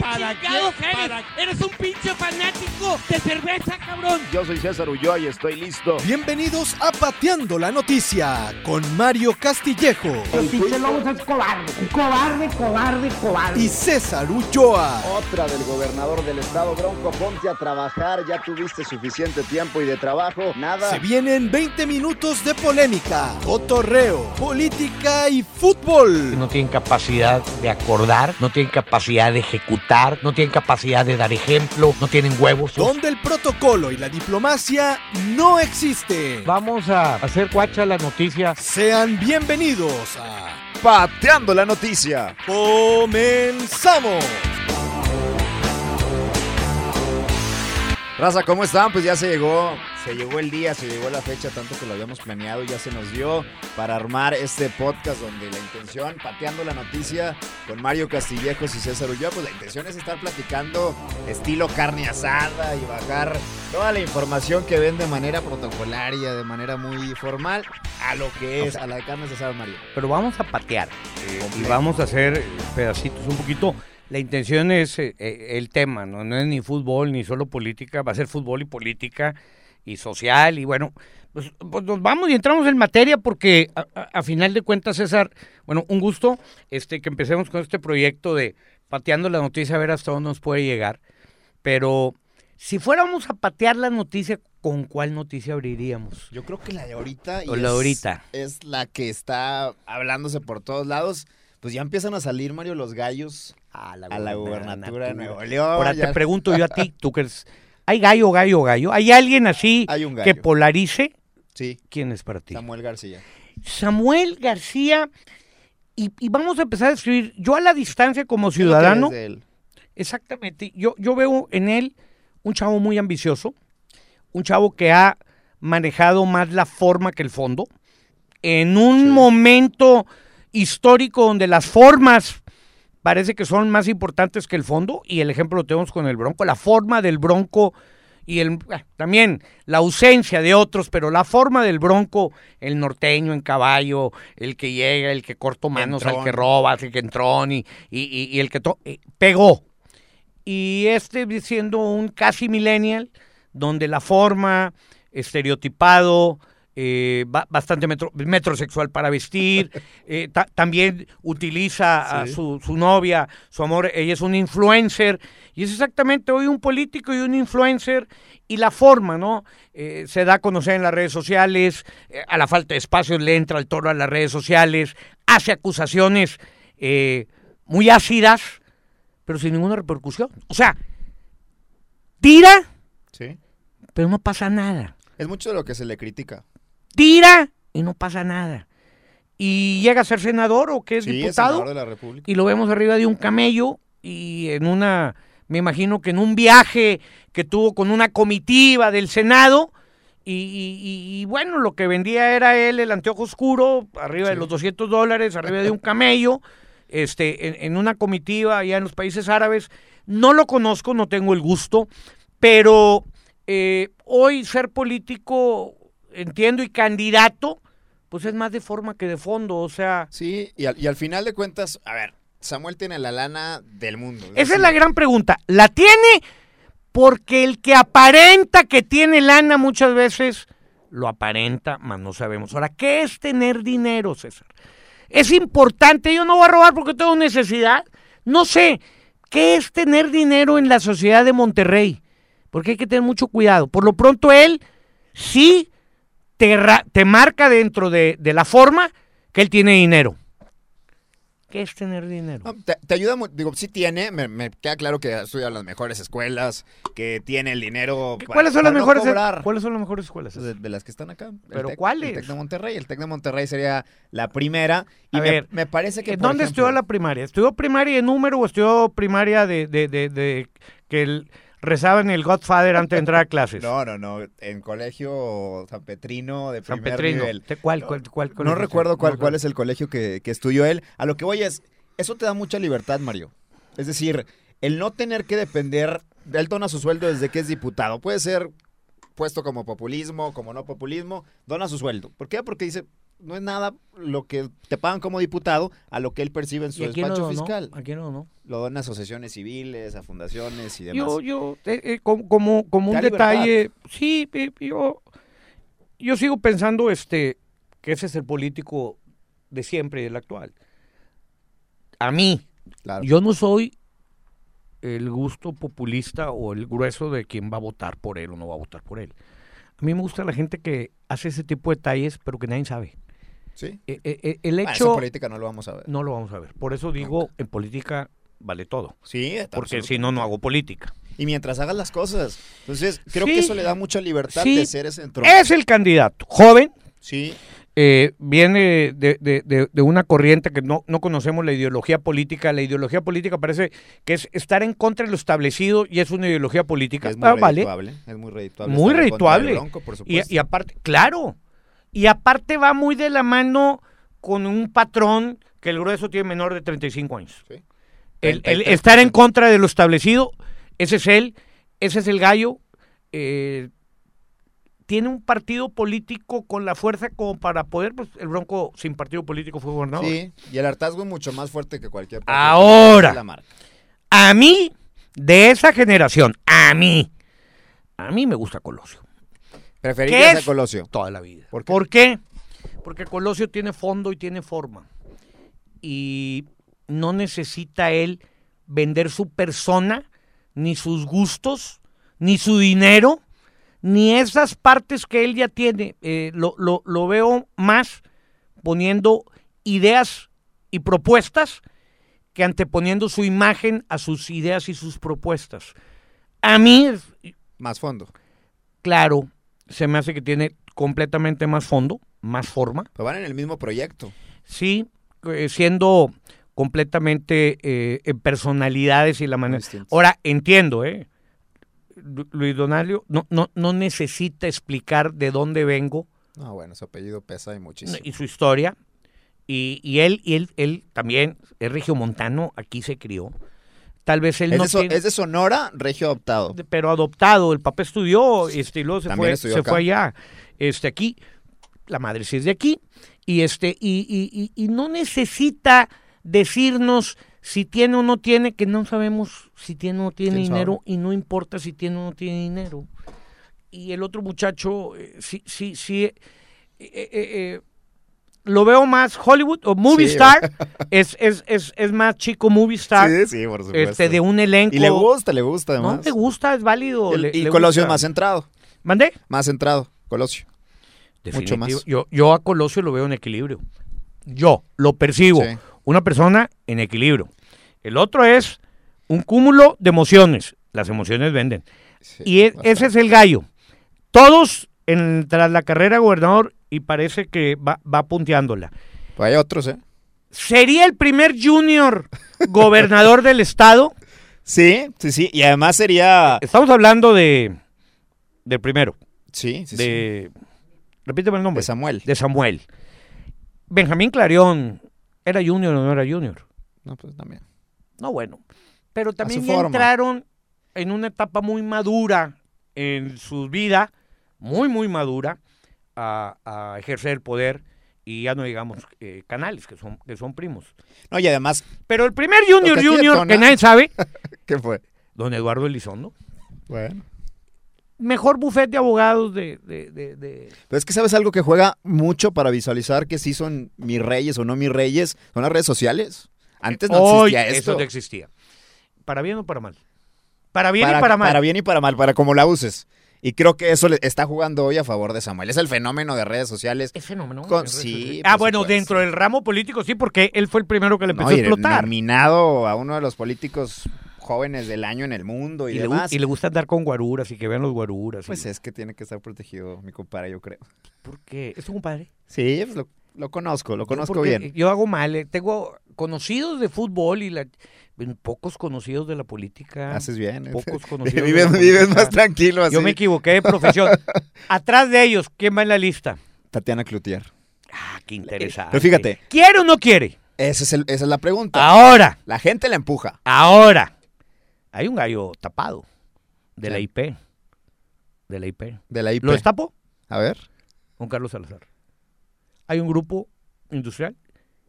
¿Para chingados qué? eres? ¿Para Eres un pinche fanático de cerveza, cabrón. Yo soy César Ulloa y estoy listo. Bienvenidos a Pateando la Noticia con Mario Castillejo Los pinches lobos es cobarde. Cobarde, cobarde, cobarde. y César Ulloa. Otra del gobernador del estado, Bronco, ponte a trabajar, ya tuviste suficiente tiempo y de trabajo, nada. Se vienen 20 minutos de polémica, cotorreo, política y fútbol. no tienen capacidad de acordar, no tienen capacidad de ejecutar, no tienen capacidad de dar ejemplo, no tienen huevos. Donde el protocolo y la diplomacia no existen. Vamos a hacer cuacha la noticia. Sean bienvenidos a pateando la noticia. Comenzamos. Raza, ¿cómo están? Pues ya se llegó, se llegó el día, se llegó la fecha, tanto que lo habíamos planeado, ya se nos dio para armar este podcast donde la intención, pateando la noticia con Mario Castillejos y César Ulloa, pues la intención es estar platicando estilo carne asada y bajar toda la información que ven de manera protocolaria, de manera muy formal, a lo que es, a la de carne asada, Mario. pero vamos a patear eh, y vamos a hacer eh, pedacitos un poquito. La intención es eh, eh, el tema, ¿no? no es ni fútbol ni solo política, va a ser fútbol y política y social y bueno, pues, pues nos vamos y entramos en materia porque a, a- a final de cuentas, César, bueno, un gusto este que empecemos con este proyecto de pateando la noticia a ver hasta dónde nos puede llegar, pero si fuéramos a patear la noticia, ¿con cuál noticia abriríamos? Yo creo que la de ahorita. y O la de es- ahorita. Es la que está hablándose por todos lados. Pues ya empiezan a salir, Mario, los gallos A la, a la gubernatura de Nuevo León. Ahora ya- te pregunto yo a ti, tú que eres- ¿Hay gallo, gallo, gallo? ¿Hay alguien así Hay un gallo. que polarice? Sí, ¿Quién es para ti? Samuel García. Samuel García. Y, y vamos a empezar a escribir. Yo a la distancia como ciudadano, ¿Qué ves de él? exactamente, yo, yo veo en él un chavo muy ambicioso, un chavo que ha manejado más la forma que el fondo. En un Sí. momento histórico donde las formas parece que son más importantes que el fondo y el ejemplo lo tenemos con el Bronco, la forma del Bronco y el ah, también la ausencia de otros, pero la forma del Bronco, el norteño en caballo, el que llega, el que corto manos al Entrón. que robas, el que entrón y, y, y- y el que to- eh, pegó. Y este siendo un casi millennial, donde la forma, estereotipado, eh, ba- bastante metro- metrosexual para vestir, eh, ta- también utiliza a Sí. su, su novia, su amor, ella es un influencer, y es exactamente hoy un político y un influencer, y la forma, ¿no? Eh, se da a conocer en las redes sociales, eh, a la falta de espacios le entra el toro a las redes sociales, hace acusaciones eh, muy ácidas, pero sin ninguna repercusión. O sea, tira, Sí. pero no pasa nada. Es mucho de lo que se le critica. tira y no pasa nada. Y llega a ser senador o que es sí, es diputado senador de la República. y lo vemos arriba de un camello y en una, me imagino que en un viaje que tuvo con una comitiva del Senado. Y, y- y- y bueno, lo que vendía era él el anteojo oscuro, arriba de Sí. los 200 dólares, arriba de un camello, este, en, en una comitiva allá en los países árabes. No lo conozco, no tengo el gusto, pero eh, hoy ser político, entiendo, y candidato, pues es más de forma que de fondo, o sea... Sí, y al, y al final de cuentas, a ver, Samuel tiene la lana del mundo. Esa decir, es la gran pregunta. ¿La tiene? Porque el que aparenta que tiene lana muchas veces lo aparenta, mas no sabemos. Ahora, ¿qué es tener dinero, César? Es importante, yo no voy a robar porque tengo necesidad. No sé, ¿qué es tener dinero en la sociedad de Monterrey? Porque hay que tener mucho cuidado. Por lo pronto, él sí te, ra- te marca dentro de, de la forma que él tiene dinero. ¿Qué es tener dinero? No, te, te ayuda, mu- digo, sí tiene, me, me queda claro que estudia en las mejores escuelas, que tiene el dinero. ¿Qué- para- ¿Cuáles son para las no mejores e-? cobrar. ¿Cuáles son las mejores escuelas? pues, de, de las que están acá. El ¿Pero Tec- cuáles? El Tec de Monterrey. El Tec de Monterrey sería la primera. Y A me, ver, me parece que. ¿En por ¿Dónde ejemplo, estudió la primaria? ¿Estudió primaria de número o estudió primaria de, de- de- de que el- rezaban el Godfather antes de entrar a clases? No, no, no. En colegio San Petrino de San primer Petrino. nivel. ¿Te- ¿Cuál, cuál, cuál No colegio? recuerdo cuál, No, cuál es el colegio que, que estudió él. A lo que voy es, eso te da mucha libertad, Mario. Es decir, el no tener que depender, él dona su sueldo desde que es diputado. Puede ser puesto como populismo, como no populismo, dona su sueldo. ¿Por qué? Porque dice, no es nada lo que te pagan como diputado a lo que él percibe en su ¿Y a quién lo despacho donó? fiscal. ¿A quién lo donó? Lo dan a asociaciones civiles, a fundaciones y demás. Yo, yo, eh, eh, como, como, como un Da libertad. detalle, sí, eh, yo, yo sigo pensando este, que ese es el político de siempre y el actual. A mí, Claro. yo no soy el gusto populista o el grueso de quien va a votar por él o no va a votar por él. A mí me gusta la gente que hace ese tipo de detalles, pero que nadie sabe. sí. Eh, eh, eh, el Ah, esa hecho política no lo vamos a ver. no lo vamos a ver. Por eso digo, en política vale todo. Sí, está Porque absoluto. si no, no hago política. Y mientras hagas las cosas. Entonces, creo Sí. que eso le da mucha libertad Sí. Eh. de ser ese entorno. Es el candidato, joven, Sí, eh, viene de, de- de- de una corriente que no, no conocemos la ideología política. La ideología política parece que es estar en contra de lo establecido y es una ideología política. es muy Ah, vale. redituable. Es muy redituable. estar Muy en contra del redituable. Bronco, por Y, supuesto. pues. y aparte, claro, y aparte va muy de la mano con un patrón que el grueso tiene menor de 35 años. Sí. El, el 33%. estar en contra de lo establecido, ese es él, ese es el gallo. eh, tiene un partido político con la fuerza como para poder, pues el Bronco sin partido político fue gobernador. Sí, y el hartazgo es mucho más fuerte que cualquier partido. Ahora. Es la marca. A mí, de esa generación, a mí, a mí me gusta Colosio. ¿Qué Preferirías es? a Colosio. toda la vida. ¿Por ¿Por qué? qué? Porque Colosio tiene fondo y tiene forma. Y no necesita él vender su persona, ni sus gustos, ni su dinero, ni esas partes que él ya tiene. Eh, lo, lo- lo veo más poniendo ideas y propuestas que anteponiendo su imagen a sus ideas y sus propuestas. A mí, Más fondo. claro, se me hace que tiene completamente más fondo, más forma, Pero van en el mismo proyecto. sí, eh, siendo completamente eh, en personalidades y la manera. distintos. Ahora, entiendo, ¿eh? Lu- Luis Donalio no, no, no necesita explicar de dónde vengo No, bueno, su apellido pesa y muchísimo. y su historia. Y, y él, y él, él también es regiomontano, aquí se crió. Tal vez él es, no de So- tiene- es de Sonora, regio adoptado. de- pero adoptado. El papá estudió este, y luego se, También fue, estudió se acá. fue allá. Este, aquí, la madre sí es de aquí. Y, este, y, y- y- y no necesita decirnos si tiene o no tiene, que no sabemos si tiene o no tiene ¿Quién dinero y no importa si tiene o no tiene dinero. Y el otro muchacho, eh, sí, sí, sí. eh, eh, eh, lo veo más Hollywood o Movie Sí, Star. Es, es, es, es más chico Movie Star. Sí, sí, por supuesto. este, de un elenco. y le gusta, le gusta No además. me gusta, es válido. El- le- y le Colosio es gusta. más centrado. ¿Mandé? Más centrado, Colosio. Mucho más. Definitivo. Yo, yo a Colosio lo veo en equilibrio. Yo lo percibo. Sí. Una persona en equilibrio. El otro es un cúmulo de emociones. Las emociones venden. Sí, y e- ese es el gallo. Todos en, tras la carrera gobernador y parece que va, va punteándola. Pues hay otros, ¿eh? Sería el primer junior gobernador del estado. Sí, sí, sí. Y además sería. Estamos hablando de del primero, Sí, sí, sí. de repíteme el nombre. De Samuel. de Samuel. Benjamín Clarión, ¿era junior o no era junior? No, pues también. No, bueno. Pero también su ya forma. entraron en una etapa muy madura en su vida, muy, muy madura, a, a ejercer el poder y ya no digamos eh, canales, que son, que son primos. No, y además, Pero el primer junior, Lo que sí junior, detona. que nadie sabe, ¿qué fue? don Eduardo Elizondo, Bueno. mejor bufete de abogados de- de- de- de, Pero es que sabes algo que juega mucho para visualizar que sí son mis reyes o no mis reyes. Son las redes sociales. Antes no Hoy existía esto. Eso no existía. Para bien o para mal. Para bien para, y para mal. para bien y para mal, para como la uses. Y creo que eso le está jugando hoy a favor de Samuel. Es el fenómeno de redes sociales. Es fenómeno. Con- Es- sí, Ah, por bueno, supuesto. dentro del ramo político sí, porque él fue el primero que le empezó No, a y explotar. nominado a uno de los políticos jóvenes del año en el mundo y, Y le, gu- demás. y le gusta andar con guaruras y que vean los guaruras. y- Pues es que tiene que estar protegido mi compadre, yo creo. ¿Por qué? ¿Es un compadre? Sí, pues lo, lo conozco, lo conozco Porque bien. Yo hago mal. eh, Tengo conocidos de fútbol y la- mm, pocos conocidos de la política. Haces bien. ¿eh? Ah, Pocos conocidos. de la vives, vives política. más tranquilo así. Yo me equivoqué de profesión. Atrás de ellos, ¿quién va en la lista? Tatiana Cloutier. Ah, qué interesante. Eh, Pero fíjate. ¿Quiere o no quiere? Esa es, el- esa es la pregunta. Ahora, La gente la empuja. ahora. Hay un gallo tapado de la Sí. IP. De la IP. De la IP. ¿Lo destapo? A ver. Con Carlos Salazar. hay un grupo industrial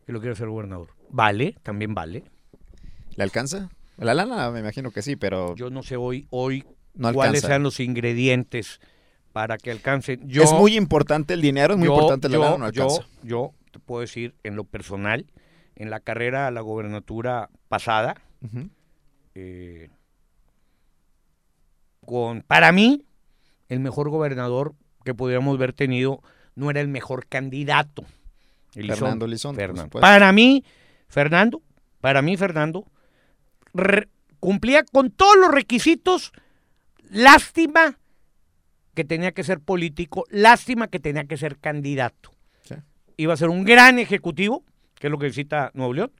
que lo quiere hacer gobernador. Vale, también vale. ¿Le alcanza? La lana me imagino que sí, pero Yo no sé hoy, hoy no cuáles alcanza. sean los ingredientes para que alcancen. Yo, es muy importante el dinero, es muy yo- importante la yo- lana, no yo- alcanza. yo te puedo decir en lo personal, en la carrera a la gobernatura pasada, Ujú. eh, con, para mí, el mejor gobernador que pudiéramos haber tenido no era el mejor candidato. Elizondo. Fernando Elizondo, por Fernando. supuesto. Para mí, Fernando, para mí, Fernando, re- cumplía con todos los requisitos. Lástima que tenía que ser político, lástima que tenía que ser candidato. Sí. Iba a ser un gran ejecutivo, que es lo que visita Nuevo León,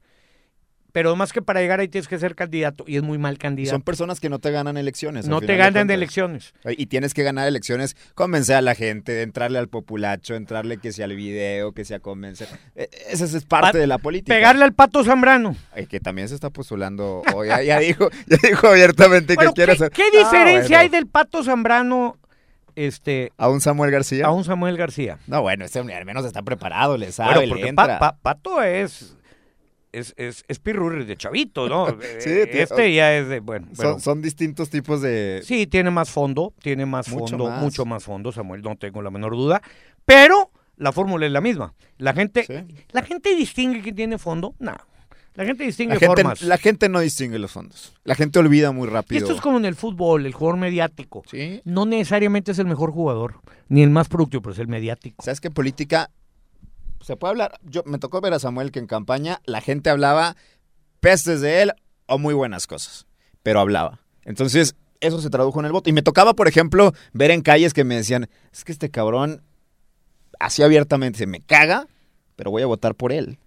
pero más que para llegar ahí tienes que ser candidato, y es muy mal Y candidato. Son personas que no te ganan elecciones. al no final te ganan cuentas. elecciones. Y tienes que ganar elecciones, convencer a la gente, entrarle al populacho, entrarle que sea al video, que sea convencer. E- Esa es parte Pa- de la política. Pegarle al pato Zambrano. Ay, eh, que también se está postulando hoy. Ya, ya dijo, ya dijo abiertamente Bueno, que quiere ¿qué, hacer. qué No, diferencia bueno. hay del pato Zambrano este, ¿A un Samuel García? a un Samuel García? No, bueno, este al menos está preparado, le sabe, Bueno, le porque entra. Pa- Pa- Pato es, es, es, es pirurri de chavito, ¿no? Sí, Eh, tío. este ya es de, bueno, son, pero- son distintos tipos de... sí, tiene más fondo, tiene más Eh, Mucho fondo, más. mucho más fondo, Samuel, no tengo la menor duda, pero la fórmula es la misma. La gente, Sí. la gente distingue quién tiene fondo, no. La gente distingue La gente, formas. la gente no distingue los fondos. La gente olvida muy Y rápido. esto es como en el fútbol, el jugador mediático. Sí. No necesariamente es el mejor jugador, ni el más productivo, pero es el mediático. ¿Sabes qué política? Se puede hablar. Yo me tocó ver a Samuel que en campaña la gente hablaba pestes de él o muy buenas cosas, pero hablaba. Entonces, eso se tradujo en el voto. Y me tocaba, por ejemplo, ver en calles que me decían, es que este cabrón, así abiertamente, se me caga, pero voy a votar por él.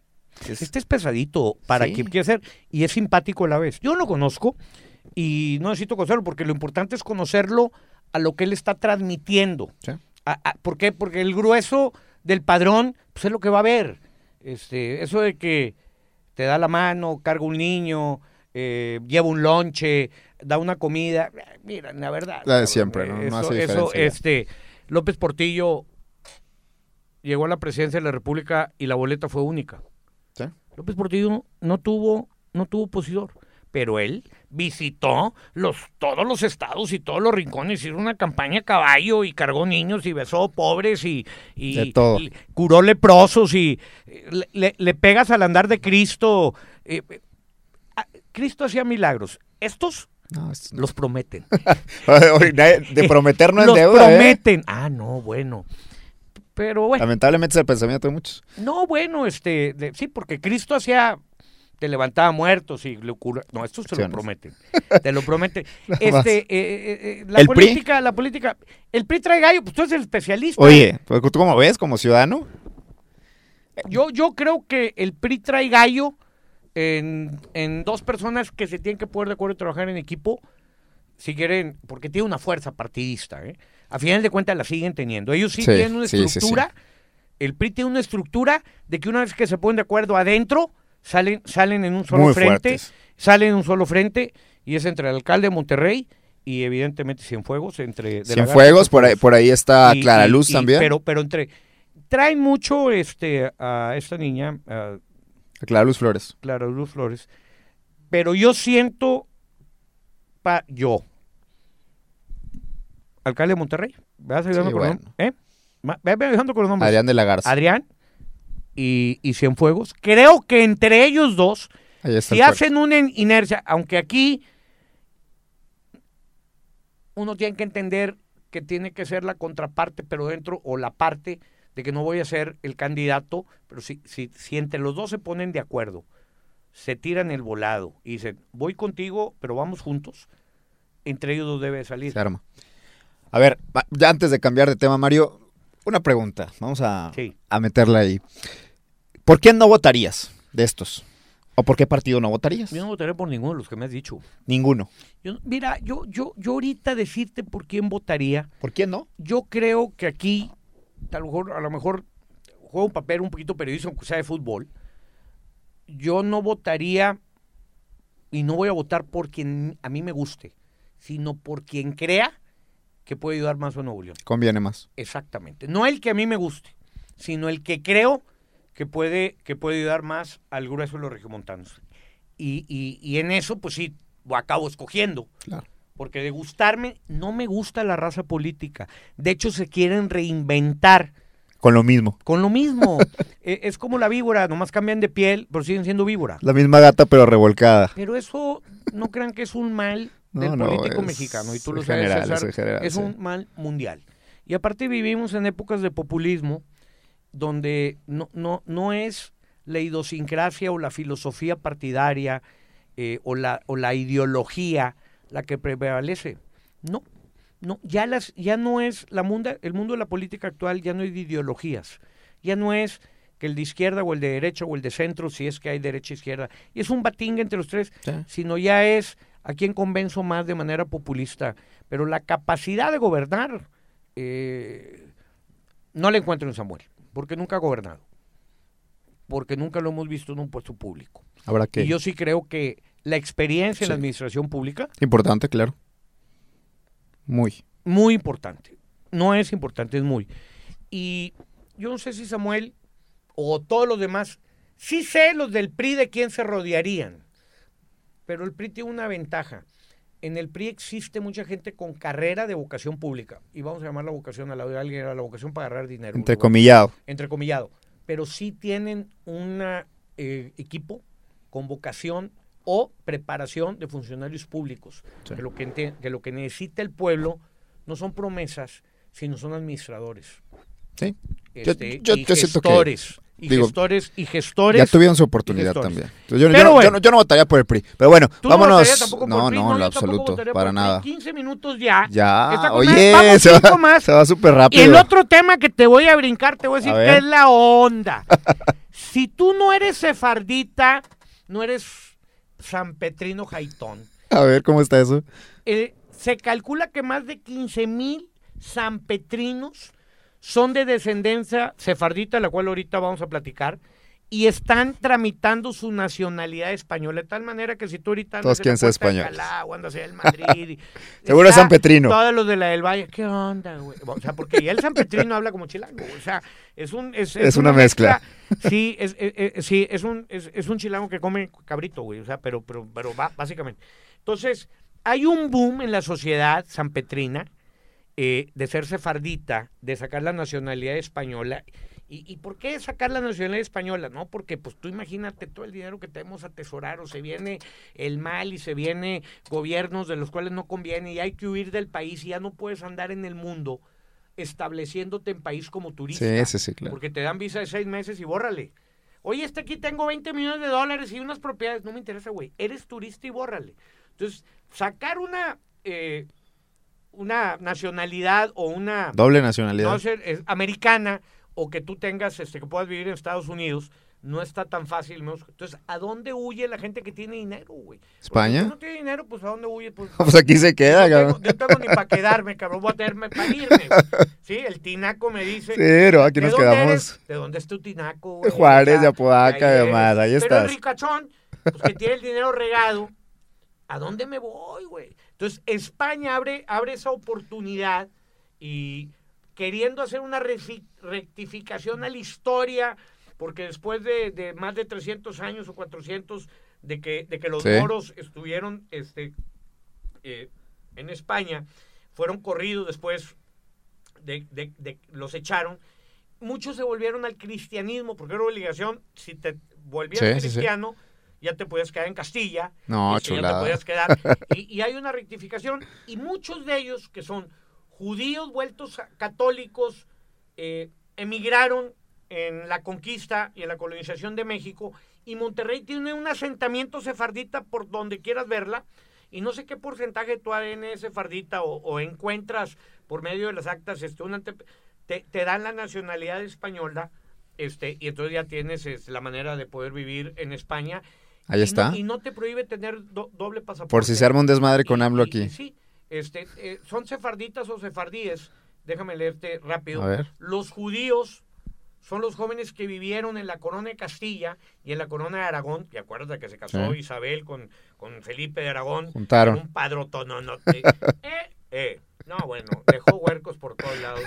Es- Este es pesadito para Sí. quien quiere ser y es simpático a la vez. Yo lo conozco y no necesito conocerlo porque lo importante es conocerlo a lo que él está transmitiendo. Sí. A- a- ¿Por qué? Porque el grueso del padrón pues es lo que va a ver. Este, eso de que te da la mano, carga un niño, eh, lleva un lonche, da una comida. Eh, Mira, la verdad. La de cabrón, siempre, ¿no? No eh, Eso, hace eso, diferencia ya. este, López Portillo llegó a la presidencia de la República y la boleta fue única. ¿Sí? López Portillo no tuvo, no tuvo opositor, pero él visitó los, todos los estados y todos los rincones, hizo una campaña a caballo y cargó niños y besó pobres y, y- De todo. y curó leprosos y eh, le, le- le pegas al andar de Cristo. eh, eh, ah, Cristo hacía milagros. Estos No, es- los prometen. Oye, nadie- de prometer no es los deuda, ¿eh? prometen. Ah, no, bueno. Pero bueno. Lamentablemente es el pensamiento de muchos. No, bueno, este, de- sí, porque Cristo hacía, te levantaba muertos y le cura- No, esto se lo Acciones. prometen. Te lo prometen. más. este, eh, eh, eh, la ¿El PRI? política, la política. El PRI trae gallo, pues tú eres el especialista. Oye, pues, ¿tú cómo ves como ciudadano? Yo, yo creo que el PRI trae gallo en, en dos personas que se tienen que poner de acuerdo y trabajar en equipo, si quieren, porque tiene una fuerza partidista. ¿eh? A final de cuentas la siguen teniendo. Ellos sí, Sí, tienen una sí, sí, sí. estructura, el PRI tiene una estructura de que una vez que se ponen de acuerdo adentro, salen, salen en un solo Muy frente, fuertes. salen en un solo frente, y es entre el alcalde de Monterrey y evidentemente Cienfuegos, entre... De la Garza Cienfuegos, por ahí, Cienfuegos. por ahí está Y- Clara y- Luz y- también. Pero, pero entre. Trae mucho este, a esta niña, a Clara Luz Flores. Clara Luz Flores, pero yo siento. Pa, yo. Alcalde de Monterrey. ¿Me vas ayudando Sí, con los bueno. nombres? ¿Eh? Ma- Ve- ve ayudando con los nombres. Adrián de la Garza. Adrián y, y Cienfuegos. Creo que entre ellos dos, Ahí está si el fuerte. hacen una in- inercia, aunque aquí uno tiene que entender que tiene que ser la contraparte, pero dentro, o la parte de que no voy a ser el candidato, pero si, si, si entre los dos se ponen de acuerdo, se tiran el volado y dicen, voy contigo, pero vamos juntos, entre ellos dos debe salir. Se arma. A ver, va- ya antes de cambiar de tema, Mario, una pregunta. Vamos a, Sí. a meterla ahí. ¿Por qué no votarías de estos? ¿O por qué partido no votarías? Yo no votaré por ninguno de los que me has dicho. Ninguno. Yo no- mira, yo, yo, yo ahorita decirte por quién votaría, ¿Por qué no? yo creo que aquí, a lo mejor, a lo mejor juega un papel un poquito periodista, aunque sea de fútbol. Yo no votaría y no voy a votar por quien a mí me guste, sino por quien crea que puede ayudar más a Nuevo León. Conviene más. Exactamente. No el que a mí me guste, sino el que creo que puede, que puede ayudar más al grueso de los regiomontanos. Y, y- y en eso, pues sí, lo acabo escogiendo. Claro. Porque de gustarme, no me gusta la raza política. De hecho, se quieren reinventar Con lo mismo. con lo mismo. Eh, es como la víbora, nomás cambian de piel, pero siguen siendo víbora. La misma gata, pero revolcada. Pero eso no crean que es un mal del No, no, político es mexicano, y tú lo en sabes, general, César, es en general, es sí. un mal mundial. Y aparte vivimos en épocas de populismo donde no, no, no es la idiosincrasia o la filosofía partidaria eh, o, la, o la ideología la que prevalece. No, no, ya las, ya no es la mundo, el mundo de la política actual ya no es de ideologías, ya no es que el de izquierda o el de derecha o el de centro, si es que hay derecha e izquierda, y es un batinga entre los tres, Sí. sino ya es a quien convenzo más de manera populista, pero la capacidad de gobernar eh, no la encuentro en Samuel, porque nunca ha gobernado, porque nunca lo hemos visto en un puesto público. Habrá que. Y yo sí creo que la experiencia en la Sí. administración pública Importante, claro. Muy. muy importante. No es importante, es muy. Y yo no sé si Samuel o todos los demás, sí sé los del PRI de quién se rodearían, pero el PRI tiene una ventaja. En el PRI existe mucha gente con carrera de vocación pública, y vamos a llamar la vocación a la de alguien, a la vocación para agarrar dinero. Entrecomillado. entrecomillado, pero sí tienen un equipo con vocación o preparación de funcionarios públicos. Sí. Que, lo que, ente- que lo que necesita el pueblo no son promesas, sino son administradores. Sí. Yo- este, yo- y yo siento que- gestores. Y digo, gestores, y Ya gestores. tuvieron su oportunidad gestores. también. Entonces, yo, Pero yo no- bueno. yo no, yo no votaría por el Pri. Pero bueno, Tú no vámonos. votarías tampoco por No, PRI, no, en lo yo tampoco absoluto. votaría por Para PRI. nada. 15 minutos ya. Está Ya. con madre. Oye, Vamos se cinco va, más. se va súper Y rápido. el otro tema que te voy a brincar, te voy a decir Ah, A que ver. es la onda. si tú no eres sefardita, no eres San Petrino Jaitón. A ver cómo está eso. Eh, se calcula que más de 15 mil sanpetrinos son de descendencia sefardita, la cual ahorita vamos a platicar, y están tramitando su nacionalidad española, de tal manera que si tú ahorita Todos en quieren la ser Puerta de españoles. Alcalá, o andas allá en Madrid, y- Seguro es está San Petrino. Todos los de la del Valle, ¿qué onda, güey? O sea, porque ya el San Petrino habla como chilango, o sea, es un... Es, Es una mezcla. Sí, es, eh, eh, sí, es un, es, es un chilango que come cabrito, güey, o sea, pero, pero, pero ba- básicamente. Entonces, hay un boom en la sociedad sanpetrina eh, de ser sefardita, de sacar la nacionalidad española. ¿Y, y por qué sacar la nacionalidad española? No, porque pues tú imagínate todo el dinero que tenemos a atesorar, o se viene el mal y se viene gobiernos de los cuales no conviene y hay que huir del país y ya no puedes andar en el mundo estableciéndote en país como turista. Sí, sí, sí, claro. Porque te dan visa de seis meses y bórrale. Oye, este aquí tengo 20 millones de dólares y unas propiedades. No me interesa, güey. Eres turista y bórrale. Entonces, sacar una, eh, una nacionalidad o una Doble nacionalidad. no ser, eh, americana o que tú tengas, este, que puedas vivir en Estados Unidos, no está tan fácil. ¿no? Entonces, ¿a dónde huye la gente que tiene dinero, güey? Porque ¿España? si tú no tiene dinero, pues ¿a dónde huye? Pues, pues aquí se queda, yo tengo, cabrón. yo tengo ni para quedarme, cabrón. Voy a tenerme para irme. güey. Sí, el tinaco me dice. Sí, pero aquí ¿De nos dónde quedamos. eres? ¿De dónde es tu tinaco? güey? Juárez, O sea, de Apodaca, ahí de más, ahí eres. Pero el estás. ricachón, pues que tiene el dinero regado, ¿a dónde me voy, güey? Entonces, España abre, abre esa oportunidad y queriendo hacer una refi- rectificación a la historia, porque después de, de más de 300 años o 400 de que, de que los Sí. moros estuvieron este, eh, en España, fueron corridos después, de, de- de- los echaron. Muchos se volvieron al cristianismo, porque era obligación, si te volvías Sí, sí, sí. cristiano, ya te podías quedar en Castilla. No, este, Ya chulada. te podías quedar. Y, y hay una rectificación, y muchos de ellos que son judíos vueltos a- católicos, eh, emigraron en la conquista y en la colonización de México, y Monterrey tiene un asentamiento sefardita por donde quieras verla, y no sé qué porcentaje de tu ADN es sefardita o, o encuentras por medio de las actas, este, un ante- te, te dan la nacionalidad española, este, y entonces ya tienes este, la manera de poder vivir en España. Ahí Y no- está. y no te prohíbe tener do- doble pasaporte. Por si se arma un desmadre con Y- AMLO y- y aquí. sí, este, eh, son sefarditas o sefardíes. Déjame leerte rápido. A ver. Los judíos son los jóvenes que vivieron en la corona de Castilla y en la corona de Aragón. ¿Te acuerdas que se casó Sí. Isabel con, con Felipe de Aragón? Juntaron. Un padrotononote. eh, eh. No, bueno, dejó huercos por todos lados.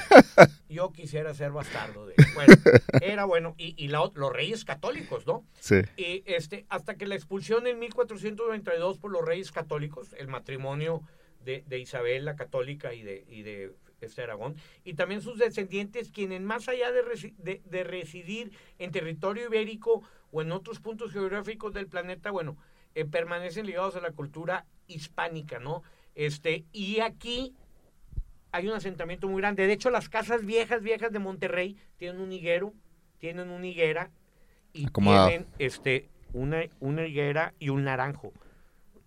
Yo quisiera ser bastardo de él. Bueno, era bueno. Y, y la ot- los reyes católicos, ¿no? Sí. Y este, hasta que la expulsión en 1492 por los reyes católicos, el matrimonio de, de Isabel la católica y de, y de este Aragón, y también sus descendientes, quienes más allá de, resi- de- de residir en territorio ibérico o en otros puntos geográficos del planeta, bueno, eh, permanecen ligados a la cultura hispánica, ¿no? Este, y aquí hay un asentamiento muy grande. De hecho, las casas viejas, viejas de Monterrey tienen un higuero, tienen una higuera y Acomodado. tienen este, una, una higuera y un naranjo.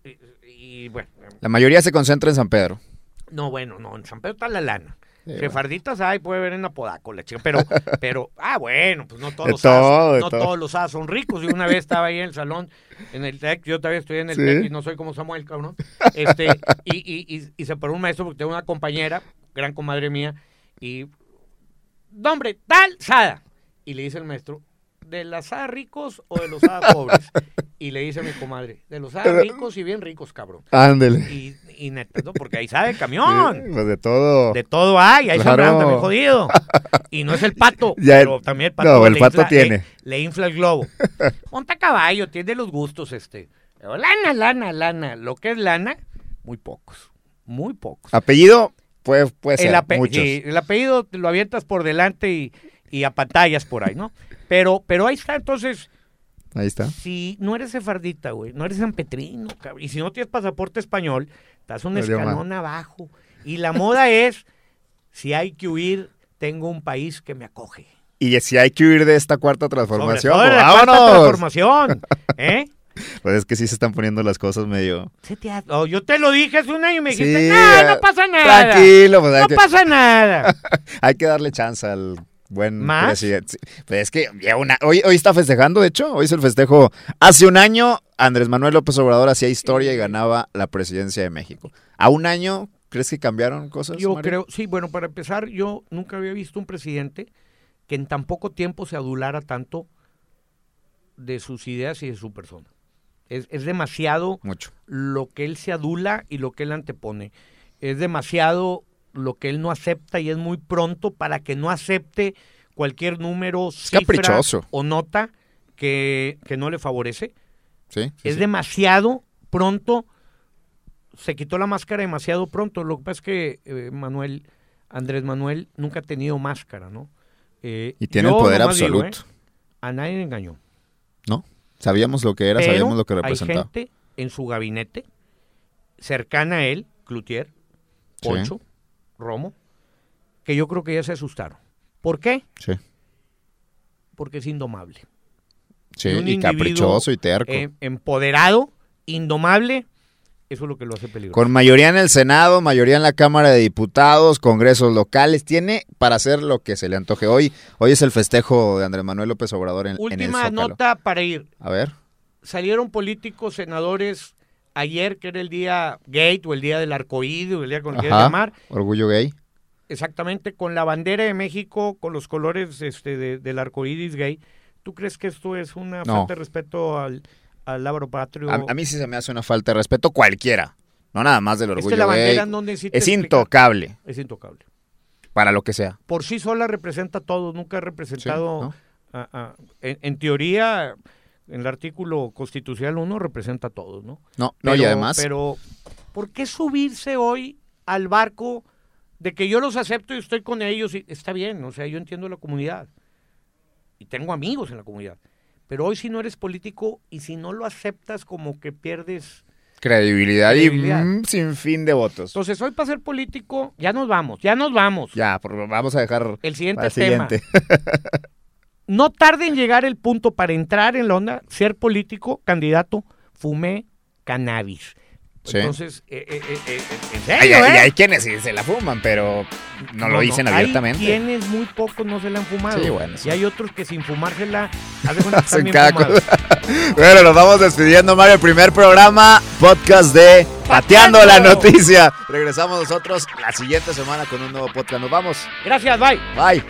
Y, y, bueno, La mayoría se concentra en San Pedro. no, bueno, no, en San Pedro está la lana. Sí, Jefarditas hay, puede ver en Apodaco, la chica, pero, pero, ah, bueno, pues no todos De los hadas- todo, de no todo. todos los hadas son ricos. Y una vez estaba ahí en el salón, en el TEC, yo todavía estoy en el Sí. TEC y no soy como Samuel, cabrón. Este, y, y, y, y se paró un maestro porque tengo una compañera, gran comadre mía, y, nombre, tal, sada. Y le dice el maestro, ¿de las hadas ricos o de los hadas pobres? Y le dice mi comadre, de los hadas ricos y bien ricos, cabrón. Ándele. Y, y neta, ¿no? porque ahí sabe el camión. Sí, pues de todo. De todo hay, hay Claro. sangrando, también jodido. Y no es el pato, Ya el- pero también el pato. no, el le pato infla- tiene. Le, le infla el globo. Monta caballo, tiene los gustos este. Pero lana, lana, lana. Lo que es lana, muy pocos. Muy pocos. Apellido, puede, puede ser. El, ape- muchos. sí, el apellido te lo avientas por delante y, y a pantallas por ahí, ¿no? Pero, pero ahí está, entonces, Ahí está. si no eres sefardita, güey, no eres sanpetrino, cabrón, y si no tienes pasaporte español, estás un Valió escalón abajo. Y la moda es, si hay que huir, tengo un país que me acoge. Y si hay que huir de esta cuarta Sobre transformación, todo pues, la cuarta vámonos. transformación, ¿eh? Pues es que sí se están poniendo las cosas medio. Se te ha- oh, yo te lo dije hace un año y me Sí, dijiste, "Nah, eh, no pasa nada. Tranquilo, pues, hay, No que, pasa nada. hay que darle chance al buen ¿Más? presidente. Sí, Pues es que lleva una- hoy, hoy está festejando, de hecho, hoy es el festejo. Hace un año, Andrés Manuel López Obrador hacía historia y ganaba la presidencia de México. A un año, ¿crees que cambiaron cosas? Yo Mario? creo, sí, bueno, para empezar, yo nunca había visto un presidente que en tan poco tiempo se adulara tanto de sus ideas y de su persona. Es, es demasiado Mucho. lo que él se adula y lo que él antepone. Es demasiado lo que él no acepta y es muy pronto para que no acepte cualquier número, cifra caprichoso. o nota que, que no le favorece Sí. sí, es sí. demasiado pronto. Se quitó la máscara demasiado pronto. Lo que pasa es que eh, Manuel, Andrés Manuel, nunca ha tenido máscara, ¿no? Eh, Y tiene yo el poder nomás digo, absoluto. ¿eh? a nadie le engañó. ¿No? Sabíamos lo que era, Pero sabíamos lo que Hay representaba. gente en su gabinete, cercana a él, Cloutier, Sí. Poncho, Romo, que yo creo que ya se asustaron. ¿Por qué? Sí. Porque es indomable. Sí, de un y individuo, caprichoso y terco. Eh, empoderado, indomable, eso es lo que lo hace peligroso. Con mayoría en el Senado, mayoría en la Cámara de Diputados, congresos locales, tiene para hacer lo que se le antoje. Hoy, hoy es el festejo de Andrés Manuel López Obrador en, en el Última Zócalo. nota para ir. A ver, salieron políticos, senadores, ayer que era el día gate o el día del arcoído, el día con el que Ajá. llamar, orgullo gay. exactamente con la bandera de México, con los colores este, de- del arcoíris gay. ¿Tú crees que esto es una No. falta de respeto al, al labro patrio? A, a mí sí se me hace una falta de respeto cualquiera, no nada más del es orgullo que la gay. bandera no necesita Es explicar. intocable Es intocable. para lo que sea. Por sí sola representa todo, nunca ha Sí, representado ¿no? Ah, ah, En, en teoría, en el artículo constitucional uno representa a todos, ¿no? No, no, y Pero- además, Pero, ¿por qué subirse hoy al barco de que yo los acepto y estoy con ellos? Y, está bien, o sea, yo entiendo la comunidad. Y tengo amigos en la comunidad. Pero hoy si no eres político y si no lo aceptas como que pierdes... credibilidad, credibilidad. y mm, sin fin de votos. Entonces, hoy para ser político, ya nos vamos, ya nos vamos. ya, por- vamos a dejar El para siguiente el tema. siguiente. No tarde en llegar el punto para entrar en la onda, ser político, candidato, fumé cannabis. Sí. Entonces, eh, eh, eh, eh, en Ay, serio, ay, ¿eh? hay quienes sí se la fuman, pero no, lo dicen abiertamente. Hay quienes muy pocos no se la han fumado. Sí, bueno, sí. Y hay otros que sin fumársela, haz de cuenta que están Hacen bien cada fumados. Bueno, nos vamos despidiendo, Mario. El primer programa, podcast de Pateando la Pateando. Noticia. Regresamos nosotros la siguiente semana con un nuevo podcast. Nos vamos. Gracias, bye. Bye.